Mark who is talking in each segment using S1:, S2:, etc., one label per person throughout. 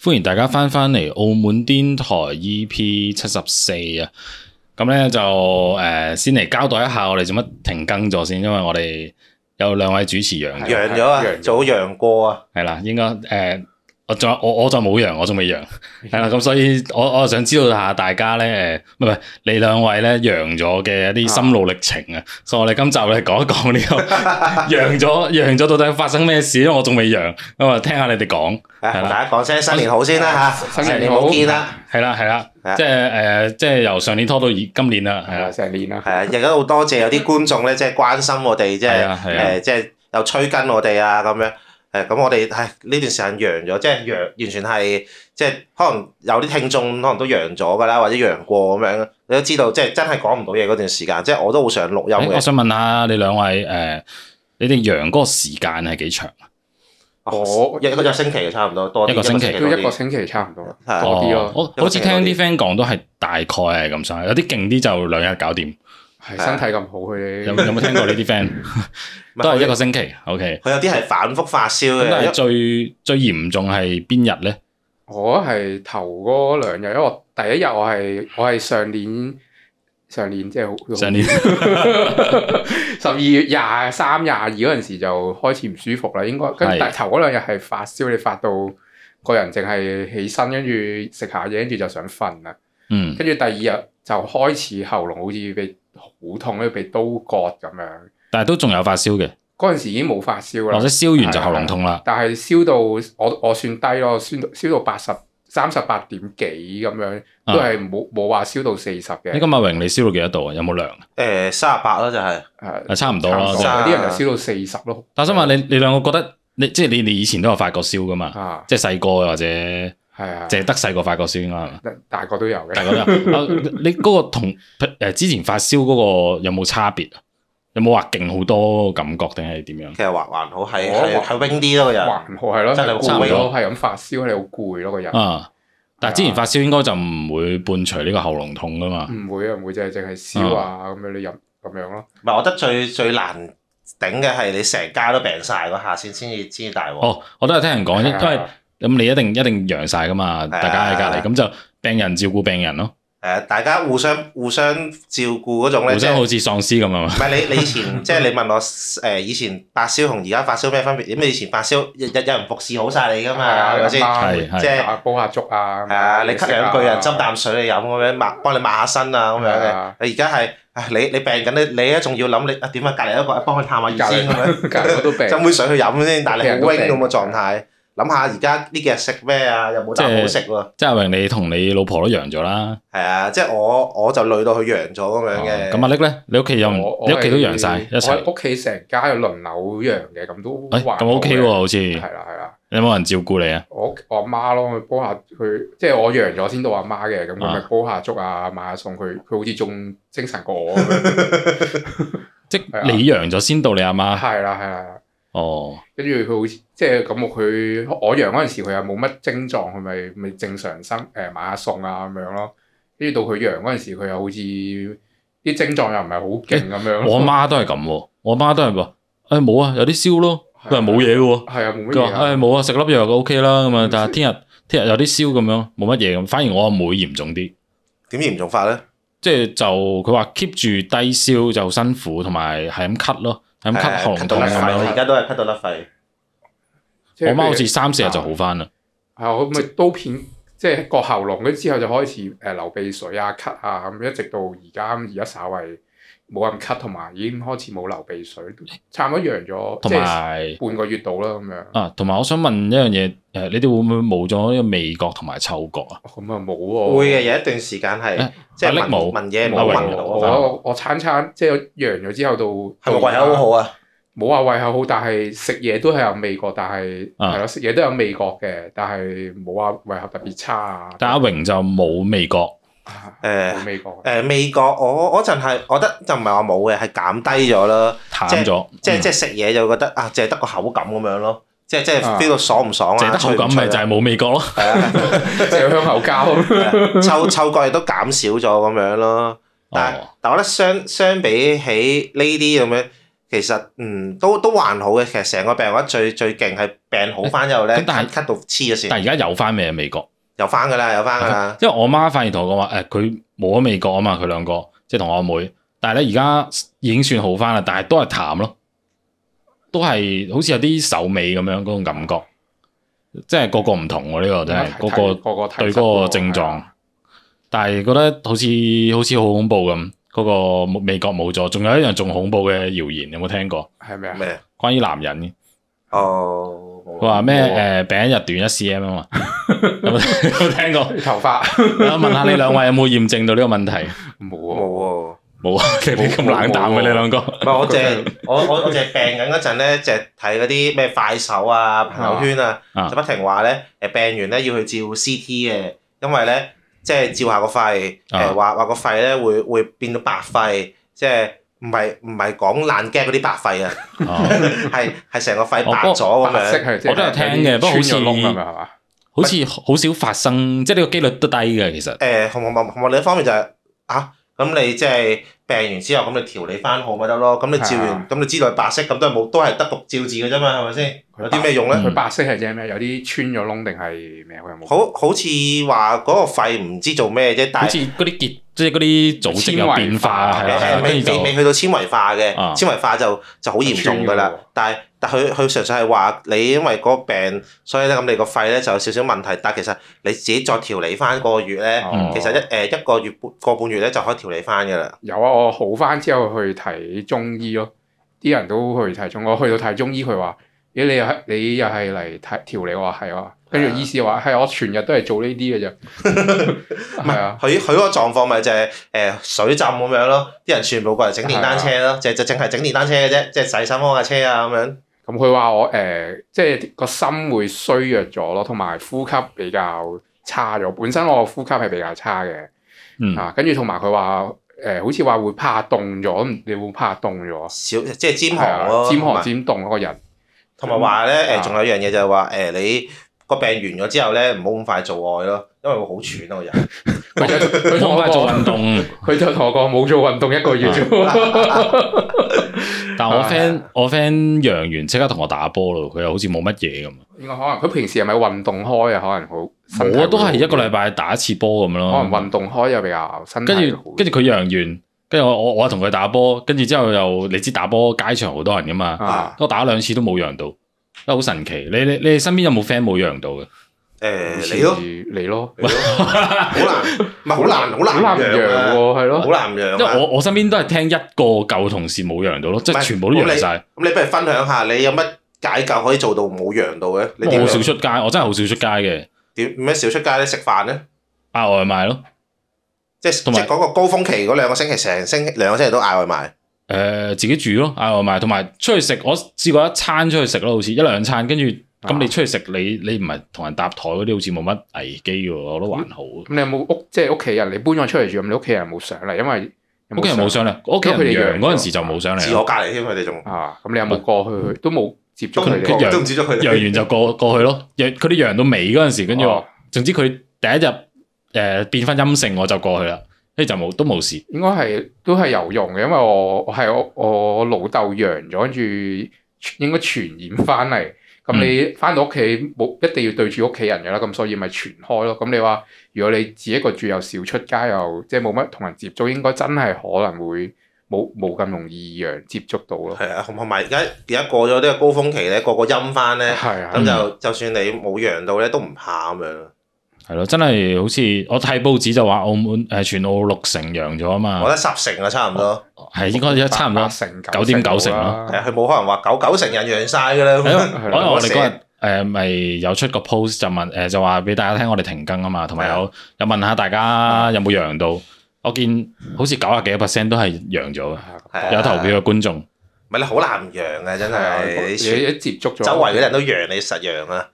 S1: 歡迎大家翻返嚟澳門電台 EP 七十四啊！咁咧就誒、呃先嚟交代一下我哋做乜停更咗先，因為我哋有兩位主持陽
S2: 係
S1: 嘅，
S2: 陽咗啊，早陽過啊，
S1: 係啦，應該誒、呃我仲有我我就冇陽，我仲未陽，係啦，咁所以我我想知道下大家咧誒，唔係唔係你兩位咧陽咗嘅一啲心路歷程啊，所以我哋今集咧講一講呢、個 陽咗陽咗到底發生咩事，因為我仲未陽，咁啊聽下你哋講。
S2: 啊
S1: 係啦
S2: 同大家講聲新年好先啦嚇，
S3: 新年
S2: 年
S3: 好
S2: 冇見啦，
S1: 係啦係啦
S2: 係啊，
S1: 即係诶、誒即係由上年拖到而今年啦，係
S3: 係啊，
S1: 啦，
S3: 成年啦，
S2: 係啊，亦都好多謝有啲觀眾咧，即係關心我哋，即
S1: 係
S2: 係
S1: 啊係啊，
S2: 誒，即係又催更我哋啊咁樣。誒咁我哋係呢段時間陽咗，即係陽完全係即係可能有啲聽眾可能都陽咗㗎啦，或者陽過咁樣，你都知道即係真係講唔到嘢嗰段時間，即係我都好想錄
S1: 誒
S2: 音
S1: 我
S2: 嘅。
S1: 想問下你兩位诶、誒你哋陽嗰個時間係幾長？
S3: 我
S2: 哦一個一個星期嘅差唔多，多啲
S1: 一個星期哦
S3: 都一個
S2: 多啲
S3: 星期差唔多，
S2: 係啊
S3: 多啲咯
S1: 我我好似聽啲 friend 講都係大概係咁上下，有啲勁啲就兩日搞掂。
S3: 係
S2: 係
S3: 身
S2: 啊
S3: 體咁好
S1: 有有
S3: 佢哋，
S1: 冇聽過呢啲 friend？
S2: 唔係
S1: 都係一個星期。OK，
S2: 佢有啲係反覆發燒
S1: 咁但
S2: 嘅
S1: 係，最最嚴重係邊日咧？
S3: 我係頭嗰兩日，因為我第一日我係我係上年上年即係好
S1: 上年
S3: 十二月廿三廿二嗰陣時就開始唔舒服啦，應該跟住
S1: 係
S3: 但係頭嗰兩日係發燒，你發到個人淨係起身，跟住食下嘢，跟住就想瞓啦。
S1: 嗯
S3: 跟住第二日就開始喉嚨好似被好痛，跟住被刀割咁樣。
S1: 但係都仲有發燒嘅，
S3: 嗰陣時已經冇發燒啦
S1: 或，者燒完就喉嚨痛啦。
S3: 但係燒到我我算低咯，燒到燒到八十三十八點幾咁樣，
S1: 啊
S3: 都係冇冇話燒到四十
S1: 你
S3: 嘅。
S1: 今日榮你燒到幾多度啊？有冇量？
S2: 誒三十八啦就係。
S3: 誒
S1: 啊，差唔多
S3: 差
S1: 啦
S3: 唔。
S1: 即
S3: 多
S1: 係
S2: 啊
S3: 有啲人就燒到四十咯。
S1: 但我想問你，你兩個覺得你即係你哋以前都有發過燒噶嘛？
S3: 啊，
S1: 即係細個或者？
S3: 係啊，
S1: 淨係得細個發過燒應該係嘛？
S3: 大大個都有
S1: 大
S3: 嘅。
S1: 個都有啊你嗰個同誒之前發燒嗰個有冇差別啊？有冇話勁好多感覺定係點樣？
S2: 其實還還好係
S3: 我
S2: 係係 wing 啲咯個人，
S3: 還好係咯，
S2: 真係
S3: 係
S2: 差唔
S3: 攰
S2: 多
S3: 咯，係咁發燒，你好攰咯個人。
S1: 啊！但係之前發燒應該就唔會伴隨呢個喉嚨痛噶嘛。
S3: 唔會啊，唔會就係淨係燒啊咁樣，你飲咁樣咯。
S2: 唔係我覺得最最難頂嘅係你成家都病晒嗰下先先至先至大鑊。
S1: 哦，我都有聽人講，因因
S3: 係
S1: 為
S3: 啊
S1: 咁你一定一定陽晒噶嘛，
S2: 係啊
S1: 大家喺隔離，
S2: 係啊
S1: 咁就病人照顧病人咯，
S2: 誒，大家互相互相照顧嗰種咧，
S1: 互
S2: 即
S1: 相好
S2: 係唔
S1: 似喪屍咁啊嘛。
S2: 係你你以前 即係你問我誒以前發燒同而家發燒咩分別？咁你以前發燒日日有人服侍好晒你㗎
S3: 係
S2: 嘛，
S3: 啊
S2: 係咪先？
S3: 有
S1: 係
S3: 人
S2: 即
S1: 係
S2: 係
S3: 打煲下粥啊，
S2: 係啊，你
S3: 食
S2: 咳兩句人斟啖水你飲咁樣，抹幫你抹下身啊咁樣
S3: 嗯係
S2: 嘅
S3: 啊。
S2: 你而家係唉你你病緊你你咧仲要諗你啊點啊隔離一個幫佢探下熱
S3: 隔
S2: 先咁啊樣。
S3: 離隔離我都病。
S2: 斟杯水去飲先，但係你好
S3: 病都
S2: wing 咁
S3: 病
S2: 嘅狀態。諗下而家呢幾日食咩啊？又冇啖好食喎。
S1: 即係榮，你同你老婆都陽咗啦。
S2: 係啊，即係我我就累到佢陽咗咁樣嘅。
S1: 哦咁阿力咧，你屋企有
S3: 我
S1: 唔
S3: 我
S1: 你屋企都
S3: 係
S1: 陽晒一齊？
S3: 我屋企成家有輪流陽嘅，咁都
S1: 誒
S3: 還
S1: 哎咁 OK 喎，
S3: 好
S1: 好似
S3: 嘅係啦係啦，
S1: 有冇人照顧你啊？
S3: 我我阿媽咯，佢煲下佢，即係我陽咗先到阿媽嘅，咁佢咪
S1: 啊
S3: 煲下粥啊，買下餸，佢佢好似仲精神過我咁樣。
S1: 即
S3: 係啊
S1: 你陽咗先到你阿媽。
S3: 係啦係啦，
S1: 哦，
S3: 跟住佢好似即係咁，佢我陽嗰陣時佢又冇乜症狀，佢咪咪正常生誒買下餸啊咁樣咯。跟住到佢陽嗰陣時，佢又好似啲症狀又唔係好勁咁樣咯。
S1: 我媽都係咁喎，我媽都係話：，誒、冇啊，有啲燒咯。佢話冇嘢嘅喎，
S3: 係啊，冇嗯乜
S1: 佢
S3: 嘢
S1: 話
S3: 啊
S1: 誒冇啊，食粒藥就 O K 啦咁啊。但係聽日聽日有啲燒咁樣，冇乜嘢咁。反而我阿妹嚴重啲，
S2: 點嚴重法咧？
S1: 即係就佢話 keep 住低燒就辛苦，同埋係咁咳咯，係咁
S2: 係
S1: 咳
S2: 啊
S1: 喉
S2: 咳
S1: 嚨
S2: 到
S1: 痛
S2: 甩
S1: 咁
S2: 肺，
S1: 樣。
S2: 而家都係咳到甩肺。
S3: 即係
S1: 我媽好
S3: 佢啊
S1: 似三四日就好翻啦。
S3: 係我咪刀片，即係個喉嚨，跟之後就開始誒流鼻水啊、咳啊咁，一直到而家咁而家稍為冇咁咳，同埋已經開始冇流鼻水，差唔多揚咗，
S1: 同
S3: 即係
S1: 埋
S3: 半個月到啦咁樣。
S1: 啊，同埋我想問一樣嘢，誒，你哋會唔會冇咗呢個味覺同埋嗅覺啊？
S3: 咁啊冇喎，
S2: 會嘅，有一段時間係
S1: 誒
S2: 即係
S1: 阿力
S2: 聞
S1: 冇
S2: 聞嘢唔
S3: 冇
S1: 阿
S2: 聞
S1: 榮
S3: 喎
S2: 唔
S3: 我
S2: 到啊。
S3: 我我餐餐即係揚咗之後到
S2: 係咪胃口好好啊？
S3: 冇話胃口好，但係食嘢都係有味覺，但係
S1: 啊
S3: 係咯食嘢都有味覺嘅，但係冇話胃口特別差啊。
S1: 但阿榮就冇味覺。
S3: 啊
S2: 誒
S3: 冇味覺嘅，
S2: 誒味覺，我嗰陣係我覺得就唔係話冇嘅，係減低咗啦。
S1: 淡
S2: 即係
S1: 咗，
S2: 即係
S1: 嗯
S2: 即係食嘢就覺得啊，淨係得個口感咁樣咯。即係即係
S3: 啊
S2: feel 到爽唔爽
S1: 淨係
S2: 啊？
S1: 得口感，咪就係冇味覺咯。
S2: 係啊，
S3: 即係香口膠。
S2: 嗅嗅覺亦都減少咗咁樣咯。但係
S1: 哦，
S2: 但我覺得相相比起呢啲咁樣，其實嗯都都還好嘅。其實成個病我覺得最最勁係病好翻之後咧，
S1: 咁但
S2: 咳
S1: 係
S2: 咳到黐咗線，
S1: 但係而家有翻未啊？美國，
S2: 有翻噶啦，有翻噶啦。
S1: 因為我媽反而同我講話，誒、佢冇咗美國啊嘛，佢兩個即係同我阿妹，但係咧而家已經算好翻啦，但係都係淡咯，都係好似有啲手尾咁樣嗰種感覺，即係個個唔同喎、呢、個真係個個
S3: 個個睇
S1: 對
S3: 實喎
S1: 嗰個症
S3: 係
S1: 狀
S3: 啊，
S1: 但係覺得好似好似好恐怖咁。嗰個美國冇咗，仲有一樣仲恐怖嘅謠言，有冇聽過？
S3: 係咪啊？
S2: 咩？
S1: 關於男人嘅，
S2: 哦，
S1: 佢話咩誒
S3: 冇
S1: 病一日短一 cm 啊嘛，有冇有冇聽過？
S3: 頭髮
S1: 我問下你兩位有冇驗證到呢個問題？
S2: 冇
S3: 冇喎，
S2: 喎。
S1: 冇啊！你哋咁冷淡嘅你兩個，
S2: 唔係我淨係我我我淨係病緊嗰陣咧，就係睇嗰啲咩快手啊、朋友圈啊，
S1: 啊
S2: 就不停話咧誒病完咧要去照 CT 嘅，因為咧即係照下個肺，
S1: 啊
S2: 誒話話個肺咧會會變到白肺，即係唔係唔係講爛 gag 嗰啲白肺啊，
S1: 哦
S2: 係係成個肺
S1: 哦不
S2: 白
S1: 過
S2: 咗咁
S3: 白色
S2: 樣。
S3: 係即係
S1: 我都有聽嘅不過好
S3: 穿
S1: 似
S3: 咗窿咁樣係嘛？
S1: 好似好少發生，即係呢個機率都低嘅其實。
S2: 誒，同埋同埋另一方面就係啊，咁你即係病完之後，咁你調理翻好咪得咯。咁你照
S3: 係啊
S2: 完，咁你知道係白色，咁都係冇，都係得個照字嘅啫嘛，係咪先？
S3: 佢
S2: 有
S3: 白
S2: 啲咩用咧？
S3: 佢白色係啫咩？有啲穿咗窿定係咩？佢有冇？
S2: 好好似話嗰個肺唔知做咩啫，但
S1: 好
S2: 係
S1: 似嗰啲結，即係嗰啲組織有變化，係
S3: 纖
S1: 啦
S3: 維化
S1: 係啦，跟
S2: 誒未
S1: 住
S2: 未
S1: 就
S2: 未去到纖維化嘅，
S1: 啊
S2: 纖維化就就好嚴重㗎啦
S3: 穿咗喎。
S2: 但係但佢佢純粹係話你因為嗰個病，所以咧咁你個肺咧就有少少問題。但係其實你自己再調理翻個月咧，
S3: 哦
S2: 其實一誒一個月半個半月咧就可以調理翻㗎啦。
S3: 有啊，我好翻之後去睇中醫咯，啲人都去睇中，我去到睇中醫，佢話：咦，你又係你又係嚟睇調理？我話係啊，跟
S2: 係啊
S3: 住醫師話係我全日都係做呢啲嘅啫， 係啊，
S2: 佢佢嗰個狀況咪就係誒水浸咁樣咯，啲人全部過嚟整電單車咯，就就淨係整電單車嘅啫，即係洗衫嗰架車啊咁樣。
S3: 咁佢話我誒、呃即係個心會衰弱咗咯，同埋呼吸比較差咗。本身我呼吸係比較差嘅，
S1: 嗯
S3: 啊，跟住同埋佢話誒，好似話會怕凍咗，唔你會唔會怕凍咗，
S2: 少即係尖
S3: 係
S2: 寒
S3: 啊
S2: 咯，
S3: 尖
S2: 同埋
S3: 寒尖凍嗰個人，
S2: 同埋話咧
S3: 啊
S2: 誒，仲有一樣嘢就係話誒，你個病完咗之後咧，唔好咁快做愛咯，因為會好喘啊個人。
S3: 佢就佢
S1: 佢
S3: 同
S1: 通
S3: 我
S1: 翻做
S3: 講
S1: 運動。
S3: 佢就同我講冇做運動一個 月
S1: 嗯
S3: 啫。
S1: 但我
S3: 啊
S1: friend 我 friend 陽完即刻同我打波咯，佢又好似冇乜嘢咁。
S3: 應該可能佢平時係咪運動開啊？可能好身體會
S1: 我都係一個禮拜打一次波咁
S3: 好，可能
S1: 咯。
S3: 運動開又比較身體
S1: 跟住跟
S3: 住
S1: 住佢陽完，跟住我我我同佢打波，跟住之後又你知打波街場好多人噶嘛。
S3: 啊，
S1: 我打兩次都冇揚到，真係好神奇。你你你身邊有冇 friend 冇揚到嘅？
S3: 好
S2: 誒，
S3: 似
S2: 你咯，
S3: 你咯，
S2: 你咯好難，唔係好難，
S3: 好
S2: 好難
S3: 難
S2: 養
S3: 養
S2: 啊，
S3: 喎，係
S2: 好
S3: 咯，
S2: 難
S1: 因
S2: 養
S1: 為
S2: 啊。
S1: 我我身邊都係聽一個舊同事冇揚到咯，即
S2: 唔
S1: 係
S2: 係
S1: 全部都揚晒。
S2: 咁你不如分享下你有乜解救可以做到冇陽到嘅？你
S1: 我
S2: 點
S1: 好少
S2: 樣
S1: 出街，我真係好少出街嘅，
S2: 點咩少出街咧？食飯咧？
S1: 嗌外賣咯。
S2: 即係即
S1: 同埋
S2: 係嗰個高峰期嗰兩個星期，成星期兩個星期都嗌外賣。
S1: 誒、自己煮咯，嗌外賣，同埋出去食。我試過一餐出去食咯，好似一兩餐，跟住咁
S3: 啊
S1: 你出去食，你你唔係同人搭台嗰啲，好似冇乜危機嘅喎，我都還好。屋
S3: 咁你有冇屋即係屋企人？你搬咗出嚟住，咁你屋企人有冇上嚟？因為有啊
S1: 企人冇上嚟，屋企人
S3: 因為佢哋啊
S1: 陽嗰
S3: 陽
S1: 陣時就冇上
S2: 自
S1: 嚟，
S2: 我隔離添，佢哋仲
S3: 啊？咁你有冇過去都冇接觸
S2: 都
S3: 佢
S2: 唔
S1: 佢
S3: 哋？
S1: 陽
S2: 都唔知咗佢
S1: 陽
S2: 哋。
S1: 完就過過去咯。陽佢哋陽到尾嗰陣時，跟住我
S3: 哦，
S1: 總之佢第一日誒、呃、變翻陰性，我就過去啦，跟住就冇都冇事。
S3: 應該係都係有用嘅，因為我我係我我老豆陽咗，跟住應該傳染翻嚟。咁
S1: 嗯
S3: 你翻到屋企冇一定要對住屋企人嘅啦，咁所以咪傳開咯。咁你話如果你自己一個住又少出街又即係冇乜同人接觸，應該真係可能會冇冇咁容易陽接觸到咯。
S2: 係啊，同埋而家而家過咗呢個高峰期咧，個個陰翻咧。
S3: 係啊
S1: 嗯
S2: 咁，就就算你冇陽到咧，都唔怕咁樣。
S1: 係咯，真係好似我睇報紙就話澳門誒全澳六成陽咗啊
S2: 我
S1: 嘛，
S2: 覺得十成啊，差唔多。
S1: 係應該差唔多
S3: 八。成九
S1: 9.9成咯
S2: 係啊，佢冇可能話九九成人陽晒㗎
S1: 係
S2: 啦。
S1: 咯，可能我哋嗰日誒咪有出個 post 就問誒、呃就話俾大家聽我哋停更啊啊嘛，同埋有有問下大家有冇陽到。我見好似九啊幾 percent 都係陽咗
S2: 係
S1: 嘅，
S2: 啊
S1: 有投票嘅觀眾。
S2: 唔係你好難陽啊，真
S3: 係啊
S2: 係。
S3: 你
S2: 你
S3: 一接觸咗
S2: 周圍嘅人都陽，你實陽啊！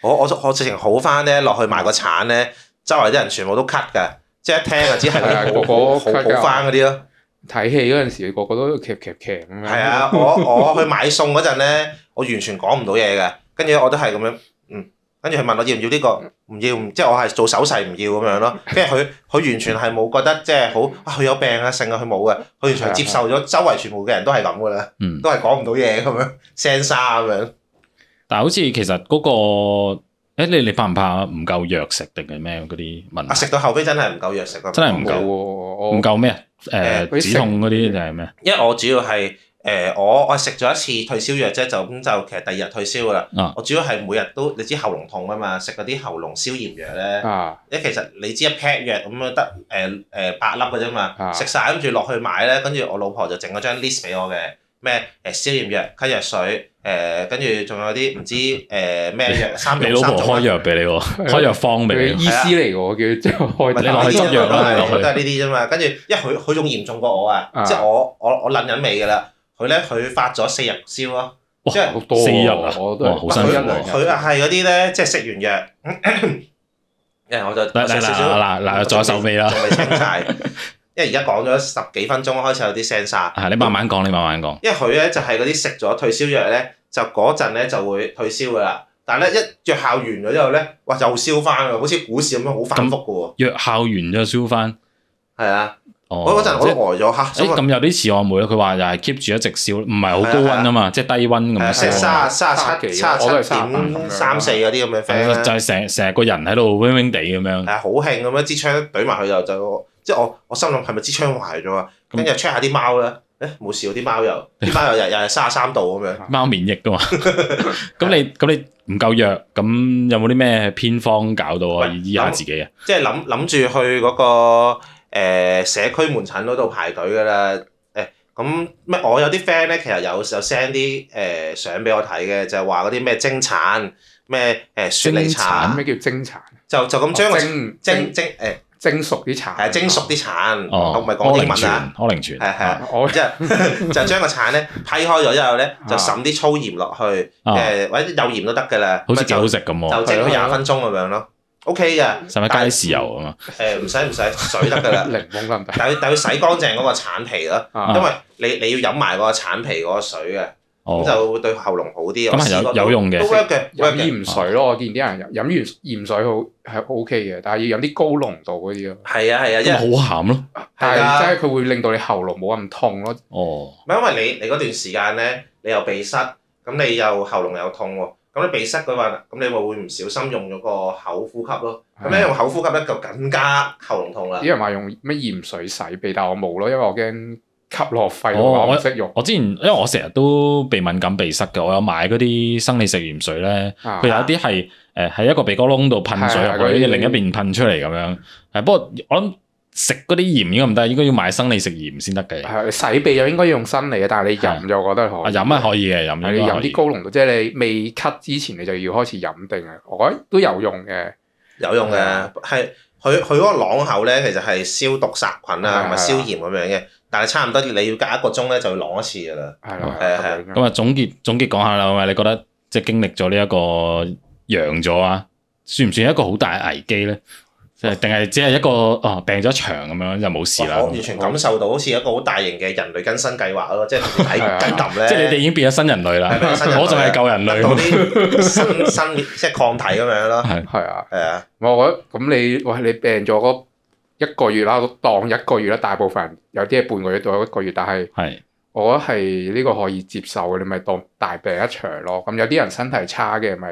S2: 我我我直情好翻咧，落去賣個橙咧，周圍啲人全部都咳㗎，即係一聽就知係
S3: 係啊
S2: 啲
S3: 個個
S2: 好好
S3: 咳㗎
S2: 好翻嗰啲咯。
S3: 睇戲嗰陣時，個個都夾夾夾咁樣。
S2: 係啊啊，我我去買餸嗰陣咧，我完全講唔到嘢嘅，跟住我都係咁樣，嗯跟住佢問我要唔要呢個，唔要，唔即係我係做手勢唔要咁樣咯。跟住佢佢完全係冇覺得即係好啊，佢有病啊，性啊，佢冇嘅，佢完全係接受
S1: 啊
S2: 咗周圍全部嘅人都係咁噶啦，
S1: 嗯
S2: 都係講唔到嘢咁樣，聲沙咁樣。
S1: 但係好似其實嗰、個誒你你怕唔怕唔夠藥食定係咩嗰啲問
S2: 啊，
S1: 題？
S2: 食到後尾真係唔夠藥食啊，
S1: 真係唔
S3: 冇
S1: 夠
S3: 喎，
S1: 唔
S3: 我
S1: 夠咩？誒
S2: 誒
S3: 嗰啲
S1: 止痛嗰啲定係咩？
S2: 因為我主要係誒、呃我我食咗一次退燒藥啫，就咁就其實第二日退燒噶啦。
S1: 啊
S2: 我主要係每日都你知喉嚨痛啊嘛，食嗰啲喉嚨消炎藥咧。
S3: 啊
S2: 因為其實你知一 pack 藥咁樣得誒誒八粒嘅啫嘛，
S3: 啊
S2: 食晒跟住落去買咧，跟住我老婆就整咗張 list 俾我嘅，咩誒消炎藥、咳藥水，誒跟住仲有啲唔 知誒咩藥，三
S1: 你
S2: 種
S1: 老
S2: 三
S1: 婆
S2: 種
S1: 開
S2: 啊
S1: 藥俾你喎，開藥方俾
S3: 佢
S1: 你喎。
S3: 醫師嚟嘅喎，叫做開
S2: 咪
S1: 你
S2: 呢
S1: 落去
S2: 啲
S1: 執藥啦
S2: 都係
S1: 你落去
S2: 都係呢啲啫嘛。跟住，因為佢佢仲嚴重過我啊，
S3: 啊
S2: 即係我我我撚緊尾㗎啦。佢咧佢發咗四日燒咯，即係
S1: 哇，
S3: 好多喎
S1: 四日啊
S3: 我都
S1: 哇好辛苦喎
S2: 佢
S3: 兩日
S2: 佢啊係嗰啲咧，即係食完藥， 誒我就
S1: 嗱
S2: 我
S1: 嗱
S2: 食
S1: 嗱
S2: 少少，
S1: 嗱嗱，再手尾啦，
S2: 仲未清 晒。因為而家講咗十幾分鐘，開始有啲聲沙。
S1: 啊係你慢慢講，你慢慢講。
S2: 因為佢咧就係嗰啲食咗退燒藥咧，就嗰陣咧就會退燒㗎啦。但係咧一藥效完咗之後咧，哇又燒翻㗎，好似股市咁樣好反覆㗎
S1: 藥效完咗燒翻，
S2: 喎。係啊，
S1: 哦，
S2: 我嗰陣我
S1: 即
S2: 都
S1: 係
S2: 呆咗嚇，
S1: 誒
S2: 心諗
S1: 咁有啲似我妹咯，啊佢話又係 keep 住一直燒，唔係好高温啊嘛，即係低温咁
S2: 誒
S1: 樣
S2: 即係
S1: 燒啊嘛。
S2: 三三十七、三十七點三四嗰啲咁
S1: 係
S2: 嘅 friend
S1: 啦就
S2: 啦，
S1: 係成成個人喺度 wing wing 地咁樣。
S2: 係啊好興咁樣支槍懟埋佢就就，即係我我心諗係咪支槍壞咗啊？跟住 check 下啲貓啦，誒冇事喎，啲貓又啲貓又日日係三十三度咁樣。
S1: 貓免疫 噶嘛，咁你咁你唔夠藥，咁有冇啲咩偏方搞到可以醫下自己啊？
S2: 即係諗諗住去嗰、個、呃、社區門診嗰度排隊㗎啦。誒、咁咩？我有啲 friend 咧，其實有有 send 啲誒相俾我睇嘅，就係話嗰啲咩蒸產、咩誒雪梨
S1: 啊
S3: 啊
S2: 產，
S3: 咩叫蒸殘？哦
S2: 就就咁
S1: 哦
S2: 將個
S3: 蒸
S2: 蒸蒸誒
S3: 蒸熟啲殘，
S2: 係啊蒸熟啲產，我
S1: 哦
S2: 唔，係
S1: 柯
S2: 講
S1: 靈
S2: 英文啊，
S1: 泉，柯靈泉，
S2: 係係啊。
S3: 我
S2: 即係 就將個產咧批開咗之後咧，就
S3: 啊
S2: 滲啲粗鹽落去，
S1: 啊
S2: 誒或者有鹽都得㗎啦，
S1: 好似
S2: 咪
S1: 幾
S2: 就
S1: 好食咁喎，
S2: 就蒸佢廿分鐘咁樣咯，OK 㗎，
S1: 使唔使加啲豉油啊嘛？
S2: 誒唔使唔使水得㗎啦。
S3: 檸檬得唔得？
S2: 但係但係要洗乾淨嗰個橙皮咯，
S3: 啊
S2: 因為你你要飲埋嗰個橙皮嗰個水嘅，咁
S1: 哦，
S2: 就會對喉嚨好啲。
S1: 咁係有有用
S2: 嘅，
S1: 嘅
S2: 都 work 嘅
S3: 飲
S2: ，work 嘅，
S3: 鹽水咯，我見啲人飲完鹽水好係 O K 嘅，但係要飲啲高濃度嗰啲咯。
S2: 係啊係啊，因
S1: 咁
S2: 為
S1: 咪好鹹咯，
S2: 係
S3: 但係
S2: 啊
S3: 即係佢會令到你喉嚨冇咁痛咯。
S1: 哦，
S2: 唔係因為你你嗰段時間咧，你又鼻塞，咁你又喉嚨又痛喎，咁你鼻塞嗰陣，咁你咪會唔小心用咗個口呼吸咯，
S1: 嗯
S2: 咁你
S3: 係
S2: 用口呼吸咧就更加喉嚨痛 啦
S3: 啲。人話用咩鹽水洗鼻，但我冇咯，因為我驚吸落肺
S1: 哦
S3: 嘅話我唔識用。
S1: 我之前因為我成日都鼻敏感鼻塞嘅，我有買嗰啲生理食鹽水咧，
S3: 啊
S1: 佢有啲係誒喺一個鼻哥窿度噴水
S3: 係啊嗰
S1: 入去，
S3: 啲
S1: 另一邊噴出嚟咁樣。係不過我諗食嗰啲鹽應該唔得，應該要買生理食鹽先得嘅。
S3: 係啊洗鼻又應該用生理嘅，但係你飲就我覺得可
S1: 啊
S3: 以。
S1: 飲係可以嘅，飲
S3: 係你
S1: 應該
S3: 飲
S1: 可以
S3: 啲高濃度，即係你未咳之前你就要開始飲定嘅，我覺得都有用嘅。
S2: 有用嘅，
S1: 嗯
S2: 係佢佢嗰個朗口咧，其實係消毒殺菌啊，同埋
S3: 係啊
S2: 消炎咁樣嘅，但係差唔多你要隔一個鐘咧就要朗一次㗎啦。
S3: 係啦，
S2: 係
S3: 係啦咁樣
S1: 咁啊，總結總結講下啦，喂，你覺得即係經歷咗呢一個陽咗啊，算唔算一個好大嘅危機咧？即係定係只係一個哦病咗一場咁樣就冇事啦
S2: 我？完全感受到好似一個好大型嘅人類更新計劃 咯，即係睇
S3: 係啊
S2: 跟揼咧，
S1: 即係你哋已經變咗新人類啦
S2: 係咪新人，類啊
S1: 我仲係舊人
S2: 得到
S1: 類。
S2: 啲新新即係抗體咁樣咯，
S1: 係
S3: 係啊，
S2: 係啊，
S3: 我覺得咁你喂你病咗嗰一個月啦，當一個月啦，大部分人有啲係半個月到一個月，但係
S1: 係
S3: 我覺得係呢個可以接受嘅，你咪當大病一場咯。咁有啲人身體差嘅咪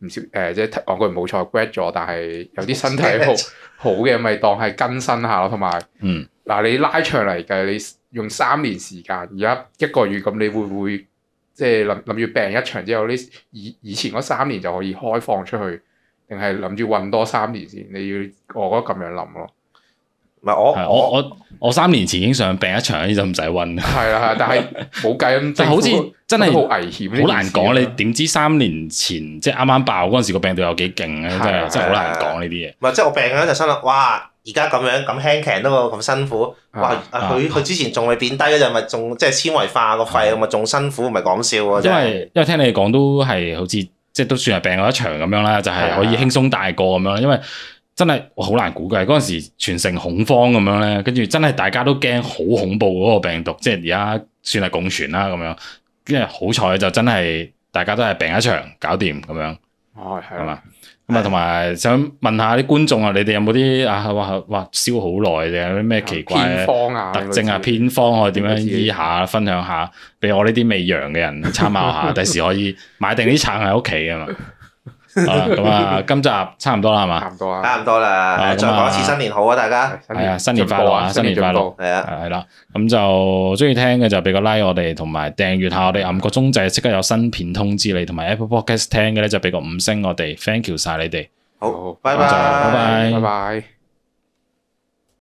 S3: 唔少誒、呃即係講句唔好彩 grad 咗，但係有啲身體 好好嘅咪當係更新下咯。同埋
S1: 嗯
S3: 嗱，你拉長嚟計，你用三年時間，而家一個月咁，你會唔會即係諗諗住病一場之後，呢以以前嗰三年就可以開放出去，定係諗住混多三年先？你要我覺得咁樣諗咯。
S2: 唔係我
S1: 係啊我我我三年前已經想病一場，呢就唔使温。
S3: 係啦，係啦但係冇計咁，
S1: 但係好似
S3: 政府
S1: 真係
S3: 覺得好危險呢件事
S1: 好
S3: 啊，
S1: 難講，你點知三年前即係啱啱爆嗰陣時個病毒有幾勁咧？真
S3: 係
S1: 係
S3: 啊
S1: 真係好難
S2: 係啊
S1: 講呢啲嘢。
S2: 唔係即係我病嗰陣就心諗，哇！而家咁樣咁輕騎都咁辛苦，哇！
S3: 啊
S2: 啊佢佢之前仲未變低嗰陣，咪仲即係纖維化個肺，咪仲辛苦，唔係講笑喎。真
S1: 啊因
S2: 係
S1: 為因為聽你講都係好似即係都算係病咗一場咁樣啦，就係、可以
S3: 係啊
S1: 輕鬆大過咁樣啦。因為真係我好難估計嗰陣時全城恐慌咁樣咧，跟住真係大家都驚好恐怖嗰個病毒，即係而家算係共存啦咁樣。跟住好彩就真係大家都係病一場搞掂咁樣，
S3: 哦，係
S1: 係
S3: 啦，
S1: 嘛？咁啊，同埋想問下啲觀眾啊，你哋有冇啲啊哇哇燒好耐定係有啲咩奇怪
S3: 偏
S1: 嘅
S3: 方啊，
S1: 特徵啊、
S3: 類似
S1: 偏方可以點樣醫下、分享下，俾我呢啲未陽嘅人參考 下，第時可以買定啲橙喺屋企啊嘛。好啦，咁啊，今集差唔多啦，係嘛？
S3: 差唔多啊。
S2: 差唔多啦，
S1: 啊
S2: 再
S1: 咁啊
S2: 講一次新年好啊，大家，
S3: 新
S1: 係啊
S3: 年
S1: 新年快樂啊
S3: 進步
S1: 新年快樂
S3: 進步
S2: 係啊，
S1: 係啦，咁就中意聽嘅就俾個 like 我哋，同埋訂閱下我哋，撳個鐘掣，即刻有新片通知你，同埋 Apple Podcast 聽嘅咧就俾個五星我哋，thank you 晒你哋。
S2: 好
S3: 好，
S2: 拜
S1: 拜
S2: 拜，
S1: 拜
S3: 拜拜。